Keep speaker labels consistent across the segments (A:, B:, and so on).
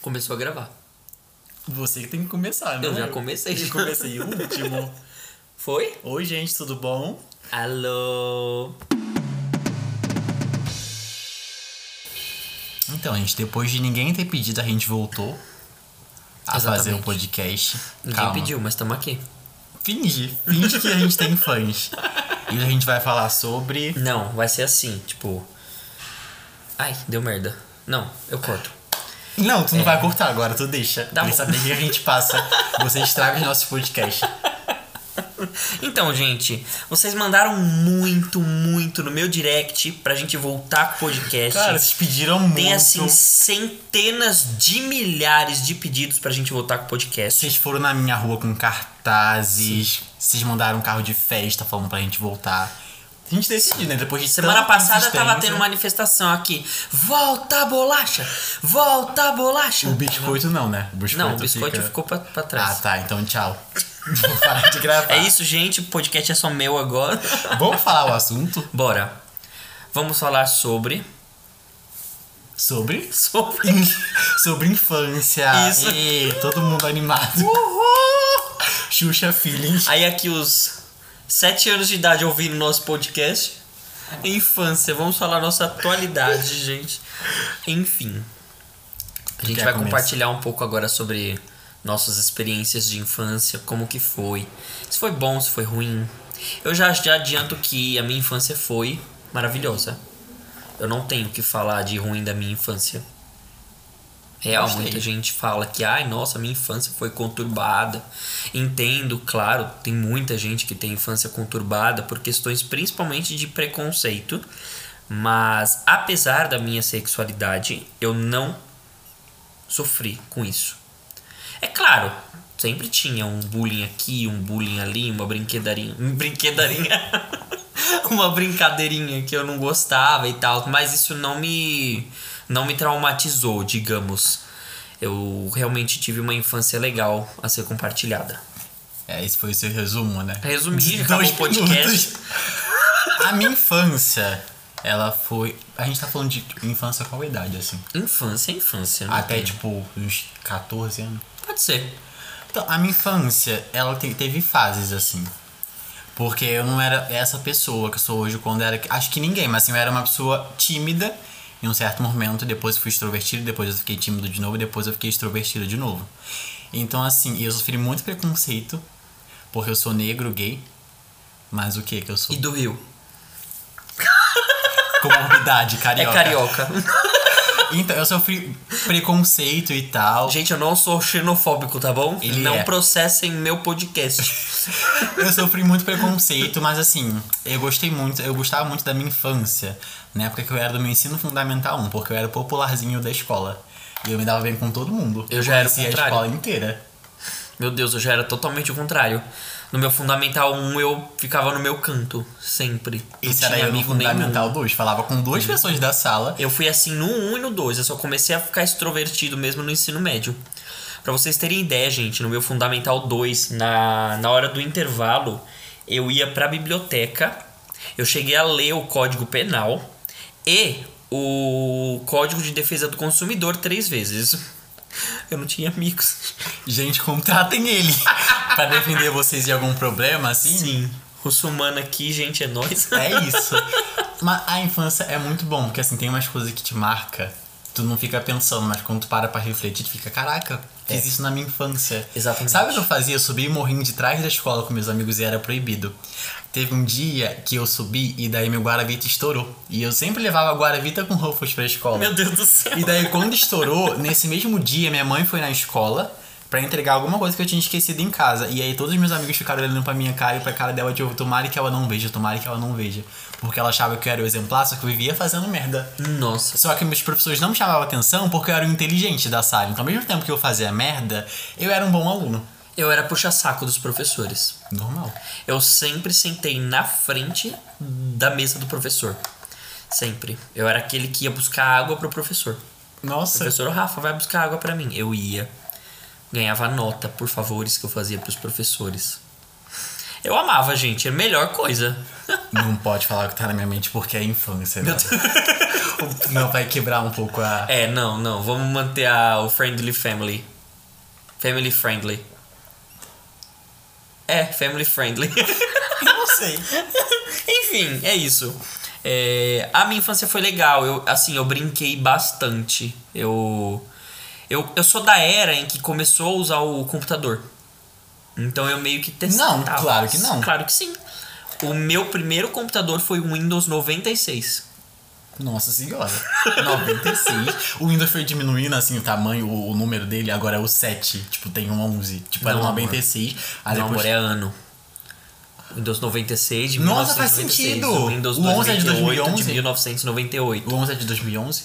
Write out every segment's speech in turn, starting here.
A: começou a gravar.
B: Você que tem que começar, né?
A: Eu já comecei.
B: Eu comecei o último.
A: Foi?
B: Oi, gente, tudo bom?
A: Alô?
B: Então, gente, depois de ninguém ter pedido, a gente voltou a fazer o
A: Exatamente.
B: podcast.
A: Ninguém
B: Calma.
A: pediu, mas estamos aqui.
B: Finge. Finge que a gente tem fãs. E a gente vai falar sobre.
A: Não, vai ser assim, tipo. Ai, deu merda. Não, eu corto.
B: Não, tu não vai cortar agora, tu deixa.
A: Tá
B: Pra ele
A: bom.
B: saber o que a gente passa. Você estraga os nossos podcasts.
A: Então, gente, vocês mandaram muito, muito no meu direct pra gente voltar com o podcast.
B: Cara, vocês pediram muito.
A: Tem assim centenas de milhares de pedidos pra gente voltar com o podcast.
B: Vocês foram na minha rua com cartazes. Vocês mandaram um carro de festa falando pra gente voltar. A gente decidiu, né? Depois de
A: Semana
B: tanta
A: passada tava
B: insistência,
A: tendo manifestação aqui. Volta a bolacha! Volta a bolacha!
B: O biscoito não, né? O biscoito
A: Não, o biscoito
B: fica-
A: ficou pra, pra
B: Ah,
A: trás.
B: tá. Então tchau. Vou parar de gravar.
A: É isso, gente. O podcast é só meu agora.
B: Vamos falar o assunto
A: Bora. Vamos falar sobre.
B: sobre...
A: Sobre.
B: sobre infância.
A: Isso.
B: Ê, todo mundo animado.
A: Uhul!
B: Xuxa Feelings.
A: Aí aqui os sete anos de idade ouvindo nosso podcast. Infância, vamos falar nossa atualidade, gente. Enfim. A gente
B: Quer
A: vai
B: começar?
A: compartilhar um pouco agora sobre nossas experiências de infância, como que foi. Se foi bom, se foi ruim. Eu já, já adianto que a minha infância foi maravilhosa. Eu não tenho o que falar de ruim da minha infância. Real,
B: Gostei.
A: muita gente fala que, ai, nossa, minha infância foi conturbada. Entendo, claro, tem muita gente que tem infância conturbada por questões principalmente de preconceito. Mas, apesar da minha sexualidade, eu não sofri com isso. É claro, sempre tinha um bullying aqui, um bullying ali, uma brinquedarinha. um Brinquedarinha. uma brincadeirinha que eu não gostava e tal. Mas isso não me. não me traumatizou, digamos. Eu realmente tive uma infância legal a ser compartilhada.
B: É, esse foi o seu resumo, né?
A: Resumir,
B: De
A: acabou
B: dois
A: o podcast.
B: minutos. A minha infância, ela foi... A gente tá falando de tipo, infância qual idade, assim?
A: Infância é infância. não
B: Até,
A: tem.
B: tipo, uns 14 anos.
A: Pode ser.
B: Então, a minha infância, ela te- teve fases, assim. Porque eu não era essa pessoa que eu sou hoje quando era. Acho que ninguém, mas assim, eu era uma pessoa tímida em um certo momento, depois eu fui extrovertido, depois eu fiquei tímido de novo, depois eu fiquei extrovertido de novo. Então, assim, eu sofri muito preconceito, porque eu sou negro, gay, mas o que que eu sou?
A: E do Rio?
B: Comorbidade, carioca.
A: É carioca.
B: Então, eu sofri preconceito e tal.
A: Gente, eu não sou xenofóbico, tá bom?
B: Ele
A: não
B: é.
A: processem meu podcast.
B: Eu sofri muito preconceito, mas assim, eu gostei muito, eu gostava muito da minha infância, na época que eu era do meu ensino fundamental 1, porque eu era o popularzinho da escola. E eu me dava bem com todo mundo.
A: Eu já era o
B: conhecia a
A: contrário.
B: escola inteira.
A: Meu Deus, eu já era totalmente o contrário. No meu Fundamental 1, eu ficava no meu canto, sempre. Não
B: Esse
A: tinha
B: era eu no
A: amigo nenhum. Uhum.
B: Fundamental 2. Falava com duas pessoas da sala.
A: Eu fui assim no 1 e no 2. Eu só comecei a ficar extrovertido mesmo no ensino médio. Pra vocês terem ideia, gente, no meu Fundamental 2, na, na hora do intervalo, eu ia pra biblioteca, eu cheguei a ler o Código Penal e o Código de Defesa do Consumidor três vezes. Eu não tinha amigos.
B: Gente, contratem ele pra defender vocês de algum problema, assim.
A: Sim. Russumana aqui, gente, é nóis.
B: É isso. Mas a infância é muito bom, porque assim, tem umas coisas que te marca. Tu não fica pensando, mas quando tu para pra refletir, tu fica, caraca, fiz isso na minha infância.
A: Exatamente.
B: Sabe o que eu fazia? Eu subia e morrinho de trás da escola com meus amigos e era proibido. Teve um dia que eu subi e daí meu guaravita estourou. E eu sempre levava guaravita com roupas pra escola.
A: Meu Deus do céu.
B: E daí, quando estourou, nesse mesmo dia, minha mãe foi na escola pra entregar alguma coisa que eu tinha esquecido em casa. E aí, todos os meus amigos ficaram olhando pra minha cara e pra cara dela, tipo, tomara que ela não veja, tomara que ela não veja. Porque ela achava que eu era o exemplar, só que eu vivia fazendo merda.
A: Nossa.
B: Só que meus professores não me chamavam atenção porque eu era o inteligente da sala. Então, ao mesmo tempo que eu fazia merda, eu era um bom aluno.
A: Eu era puxa-saco dos professores.
B: Normal.
A: Eu sempre sentei na frente da mesa do professor. Sempre. Eu era aquele que ia buscar água pro professor.
B: Nossa.
A: Professor Rafa, vai buscar água pra mim. Eu ia. Ganhava nota por favores que eu fazia pros professores. Eu amava, gente, é a melhor coisa.
B: Não pode falar que tá na minha mente porque é infância. Né? Não vai quebrar um pouco a.
A: É, não, não. Vamos manter a, o Friendly Family. Family Friendly. É, Family Friendly.
B: Não sei.
A: Enfim, é isso. É, a minha infância foi legal. Eu, assim, eu brinquei bastante. Eu, eu, eu sou da era em que começou a usar o computador. Então eu meio que testava.
B: Não, claro que não.
A: Claro que sim. O meu primeiro computador foi o Windows 96.
B: Nossa senhora. 96. o Windows foi diminuindo assim o tamanho, o, o número dele, agora é o 7. Tipo, tem um 11. Tipo, era
A: Não,
B: um
A: amor.
B: 96. Aí
A: Meu
B: Ah,
A: amor,
B: depois
A: é ano. Windows 96 de
B: Nossa, faz
A: 1996.
B: sentido.
A: O Windows
B: O 11 é
A: 2008
B: de
A: de
B: 2011.
A: 1998.
B: O 11 é de 2011?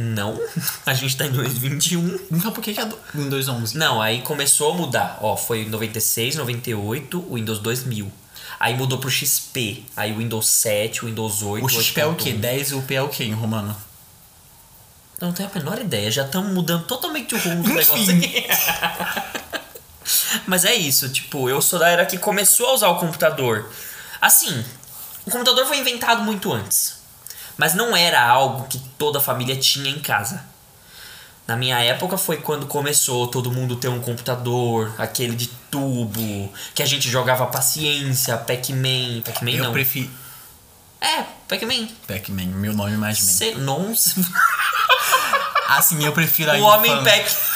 A: Não, a gente tá em 2021.
B: Então por que, que é do Windows 11?
A: Não, aí começou a mudar. Ó, foi 96, 98, o Windows 2000. Aí mudou pro XP. Aí o Windows 7, o Windows 8.
B: O XP é o
A: 8.1.
B: quê? 10 e o P é o quê em romano?
A: Não tenho a menor ideia. Já estamos mudando totalmente o rumo do negócio
B: Enfim.
A: aqui. Mas é isso. Tipo, eu sou da era que começou a usar o computador. Assim, o computador foi inventado muito antes. Mas não era algo que toda família tinha em casa. Na minha época foi quando começou todo mundo ter um computador, aquele de tubo, que a gente jogava paciência, Pac-Man. Pac-Man
B: Eu
A: não.
B: prefiro.
A: É, Pac-Man.
B: Pac-Man, meu nome é mais bem.
A: Sei- Nossa,
B: Assim, eu prefiro a
A: o Homem
B: infância-
A: Pac.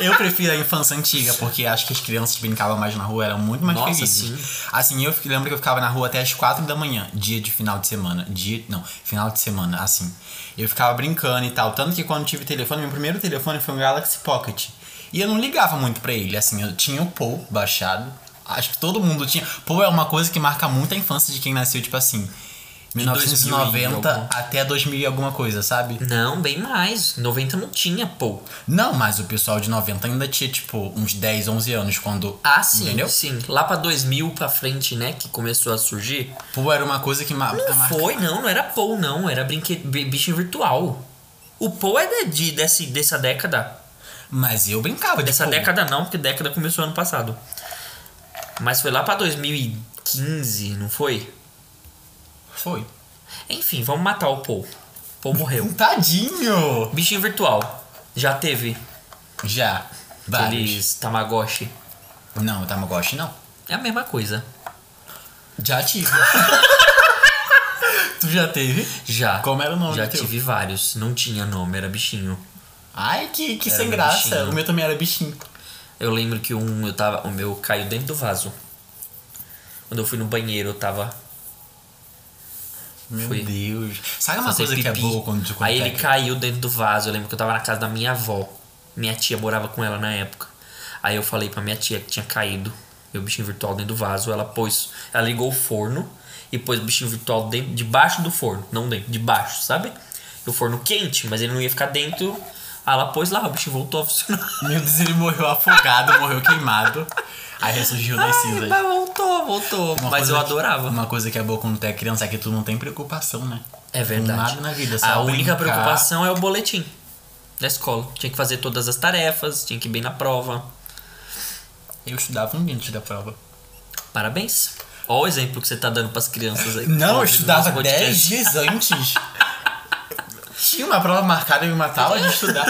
B: Eu prefiro a infância antiga, porque acho que as crianças brincavam mais na rua, eram muito mais
A: Nossa,
B: felizes. Assim, eu fi- lembro que eu ficava na rua até as quatro da manhã, dia de final de semana. Dia. Não, final de semana, assim. Eu ficava brincando e tal. Tanto que quando tive telefone, meu primeiro telefone foi um Galaxy Pocket. E eu não ligava muito pra ele, assim, eu tinha o Pou baixado. Acho que todo mundo tinha. Pou é uma coisa que marca muito a infância de quem nasceu, tipo assim.
A: 2000 e alguma.
B: 1990 até 2000 e alguma coisa, sabe?
A: Não, bem mais. 90 não tinha, pô.
B: Não, mas o pessoal de 90 ainda tinha, tipo, uns 10, 11 anos quando.
A: Ah, sim,
B: Entendeu?
A: sim. Lá pra 2000 pra frente, né, que começou a surgir.
B: Pô, era uma coisa que. Não é
A: Não foi, não. Não era Pou, não. Era brinque... bi- bichinho virtual. O Pou é da- de, desse, dessa década.
B: Mas eu brincava
A: Dessa
B: tipo,
A: década não, porque década começou ano passado. Mas foi lá pra 2015, não foi?
B: Foi. Um
A: Enfim, vamos matar o Pou. Pou morreu.
B: Tadinho!
A: Bichinho virtual. Já teve
B: Já. Vários.
A: aqueles Tamagotchi.
B: Não, o Tamagotchi não.
A: É a mesma coisa.
B: Já tive. tu já teve?
A: Já.
B: Como era o nome
A: Já
B: do teu?
A: tive vários. Não tinha nome, era bichinho.
B: Ai, que, que
A: Era
B: sem
A: meu
B: graça.
A: bichinho.
B: O meu também era bichinho.
A: Eu lembro que um eu tava. O meu caiu dentro do vaso. Quando eu fui no banheiro, eu tava.
B: Meu
A: Fui.
B: Deus. Sabe uma
A: fazer
B: coisa que é
A: pipi.
B: boa quando tu
A: Aí ele
B: consegue?
A: caiu dentro do vaso. Eu lembro que eu tava na casa da minha avó. Minha tia morava com ela na época. Aí eu falei pra minha tia que tinha caído meu bichinho virtual dentro do vaso. Ela pôs. Ela ligou o forno e pôs o bichinho virtual dentro, debaixo do forno. Não dentro, debaixo, sabe? E o forno quente, mas ele não ia ficar dentro. Aí ela pôs lá, o bichinho voltou a funcionar.
B: Meu Deus, ele morreu afogado, morreu queimado. Aí ressurgiu das
A: Ai,
B: cinzas.
A: mas voltou, voltou.
B: Uma
A: mas
B: coisa
A: eu
B: que-
A: adorava.
B: uma coisa que é boa quando tu é criança é que tu não tem preocupação, né?
A: É verdade.
B: Com nada na vida, só
A: a única
B: brincar.
A: preocupação é o boletim da escola. Tinha que fazer todas as tarefas, tinha que ir bem na prova.
B: Eu estudava um dia antes da prova.
A: Parabéns. Olha o exemplo que você tá dando pras crianças aí.
B: Não, eu
A: Ouvindo
B: estudava
A: nosso podcast.
B: 10 dias antes. Tinha uma prova marcada e me matava de estudar.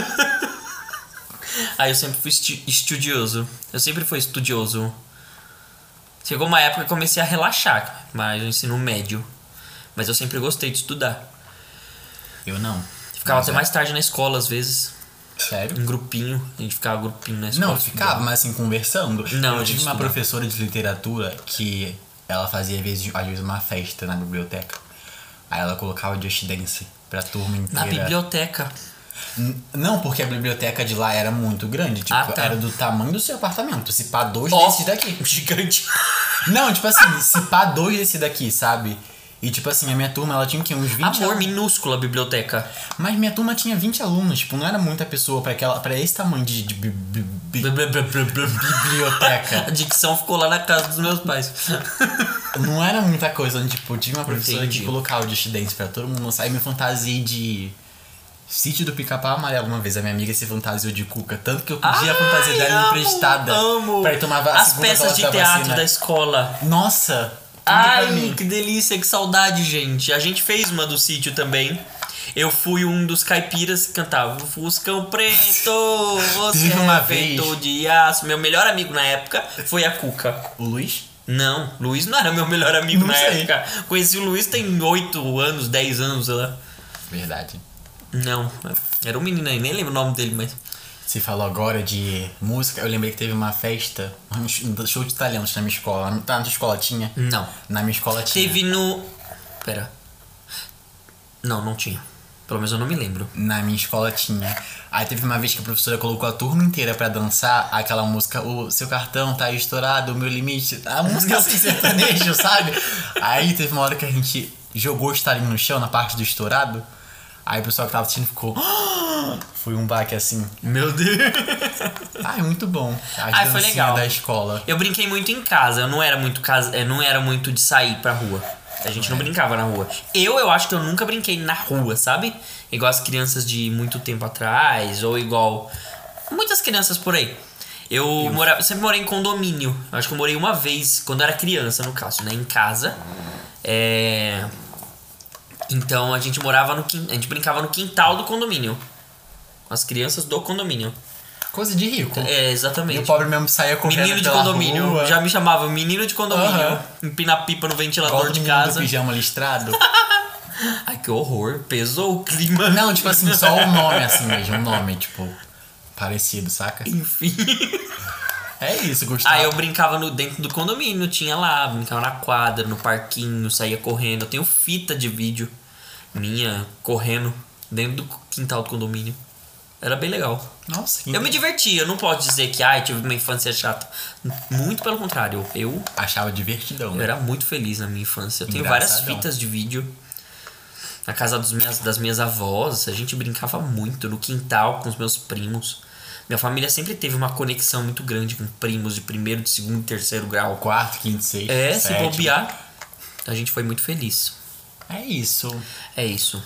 A: Aí eu sempre fui estu- estudioso. Eu sempre fui estudioso. Chegou uma época que eu comecei a relaxar, mas no ensino médio. Mas eu sempre gostei de estudar.
B: Eu não.
A: Ficava
B: é.
A: até mais tarde na escola, às vezes.
B: Sério?
A: Em grupinho. A gente ficava grupinho na escola.
B: Não, eu ficava, mas assim, conversando.
A: Não,
B: eu
A: a gente
B: tive uma
A: estudava.
B: professora de literatura que ela fazia, às vezes, às vezes uma festa na biblioteca. Aí ela colocava Just Dance pra turma
A: Na
B: inteira.
A: biblioteca.
B: N- Não, porque a biblioteca de lá era muito grande. Tipo,
A: Ah, tá.
B: era do tamanho do seu apartamento. Se pá dois
A: Ó,
B: desse daqui.
A: Gigante.
B: Não, tipo assim, se pá dois desse daqui, sabe? E tipo assim, a minha turma, ela tinha o quê? Uns 20
A: Amor,
B: alunos.
A: minúscula a biblioteca.
B: Mas minha turma tinha 20 alunos. Tipo, não era muita pessoa pra, aquela, pra esse tamanho de, de bi- bi- bi- biblioteca.
A: A dicção ficou lá na casa dos meus pais.
B: Não era muita coisa. Tipo, tinha uma professora
A: Entendi.
B: que colocava o Just Dance pra todo mundo sair. Me fantasia de... Sítio do Pica-Pau Amarelo uma vez. A minha amiga se fantasiou de cuca. Tanto que eu pedi a fantasia dela
A: amo,
B: emprestada.
A: Amo.
B: Pra ir tomar a
A: As
B: segunda
A: peças
B: dose
A: de
B: da
A: teatro
B: vacina.
A: da escola.
B: Nossa! tudo pra
A: Ai,
B: mim.
A: que delícia, que saudade, gente. A gente fez uma do sítio também. Eu fui um dos caipiras que cantava Fuscão Preto, você
B: Teve uma
A: é feito
B: vez-
A: de aço. Meu melhor amigo na época foi a Cuca.
B: O Luiz?
A: Não, Luiz não era meu melhor amigo
B: Não
A: na
B: sei.
A: época. Conheci o Luiz tem 8 anos, 10 anos, sei lá.
B: Verdade.
A: Não, era um menino aí, nem lembro o nome dele, mas...
B: Você falou agora de música. Eu lembrei que teve uma festa, um show de talentos na minha escola. Tá, na tua escola tinha?
A: Não.
B: Na minha escola tinha.
A: Hum. Teve no... Pera. Não, não tinha. Pelo menos eu não me lembro.
B: Na minha escola tinha. Aí teve uma vez que a professora colocou a turma inteira pra dançar aquela música, o seu cartão tá estourado, o meu limite. A música assim, sertanejo, sabe? Aí teve uma hora que a gente jogou o estalinho no chão, na parte do estourado. Aí o pessoal que tava assistindo ficou. Foi um baque assim.
A: Meu Deus.
B: Ah, é muito bom. As
A: Ah, foi
B: dancinhas
A: legal.
B: da escola.
A: Eu brinquei muito em casa, eu não era muito casa, eu não era muito de sair pra rua. A gente não brincava na rua. Eu, eu acho que eu nunca brinquei na rua, sabe? Igual as crianças de muito tempo atrás, ou igual muitas crianças por aí. Eu, mora- eu sempre morei em condomínio. Eu acho que eu morei uma vez, quando eu era criança, no caso, né? Em casa. É... Então a gente morava no quin... a gente brincava no quintal do condomínio. As crianças do condomínio.
B: Coisa de rico.
A: É,
B: E o
A: exatamente.
B: pobre mesmo saía correndo
A: Menino de
B: pela
A: condomínio.
B: rua.
A: Já me chamava menino de condomínio.
B: Aham.
A: Empina pipa no ventilador
B: Igual o
A: de
B: menino
A: casa.
B: Do pijama listrado.
A: Ai, que horror. Pesou o clima.
B: Não, tipo assim, só o nome assim mesmo, o nome, tipo, parecido, saca?
A: Enfim.
B: É isso, Gustavo.
A: Aí eu brincava no, dentro do condomínio, tinha lá, brincava na quadra, no parquinho, saía correndo. Eu tenho fita de vídeo minha correndo dentro do quintal do condomínio. Era bem legal.
B: Nossa, que
A: Eu me divertia, eu não posso dizer que ai, tive uma infância chata. Muito pelo contrário, eu
B: achava divertidão. né?
A: Eu era muito feliz na minha infância. Eu tenho várias
B: Engraçadão.
A: fitas de vídeo. Na casa dos minhas, das minhas avós, a gente brincava muito no quintal com os meus primos. Minha família sempre teve uma conexão muito grande com primos de primeiro, de segundo, terceiro grau.
B: Quarto, quinto, sexto,
A: É, se
B: sétimo.
A: bobear, a gente foi muito feliz.
B: É isso.
A: É isso.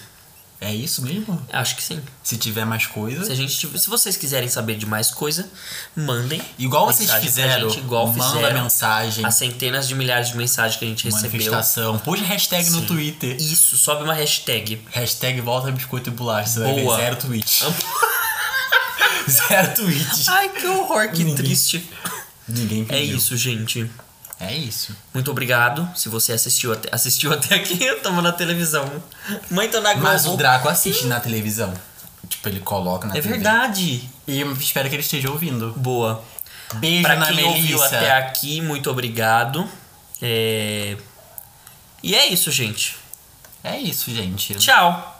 B: É isso mesmo?
A: Acho que sim.
B: Se tiver mais coisa...
A: Se, a gente, tiver- se vocês quiserem saber de mais coisa, mandem.
B: Igual vocês
A: mensagem pra
B: fizeram,
A: gente, igual
B: manda
A: fizeram.
B: mensagem,
A: As centenas de milhares de mensagens que a gente recebeu.
B: manifestação, puxa hashtag
A: Sim.
B: no Twitter.
A: Isso, sobe uma hashtag.
B: Hashtag volta biscoito e bolacha, você vai
A: Boa.
B: ver zero tweets. zero tweets.
A: Ai, que horror, que
B: Ninguém
A: triste.
B: Ninguém
A: É
B: pediu.
A: isso, gente.
B: É isso.
A: Muito obrigado se você assistiu até, assistiu até aqui. Eu tava na televisão. Mãe, tô na Globo.
B: Mas o Draco assiste na televisão. Tipo, ele coloca na
A: É
B: TV.
A: verdade.
B: E eu espero que ele esteja ouvindo.
A: Boa.
B: Beijo
A: Pra
B: na
A: quem
B: Melissa.
A: ouviu até aqui, muito obrigado. É... E é isso, gente.
B: É isso, gente.
A: Tchau.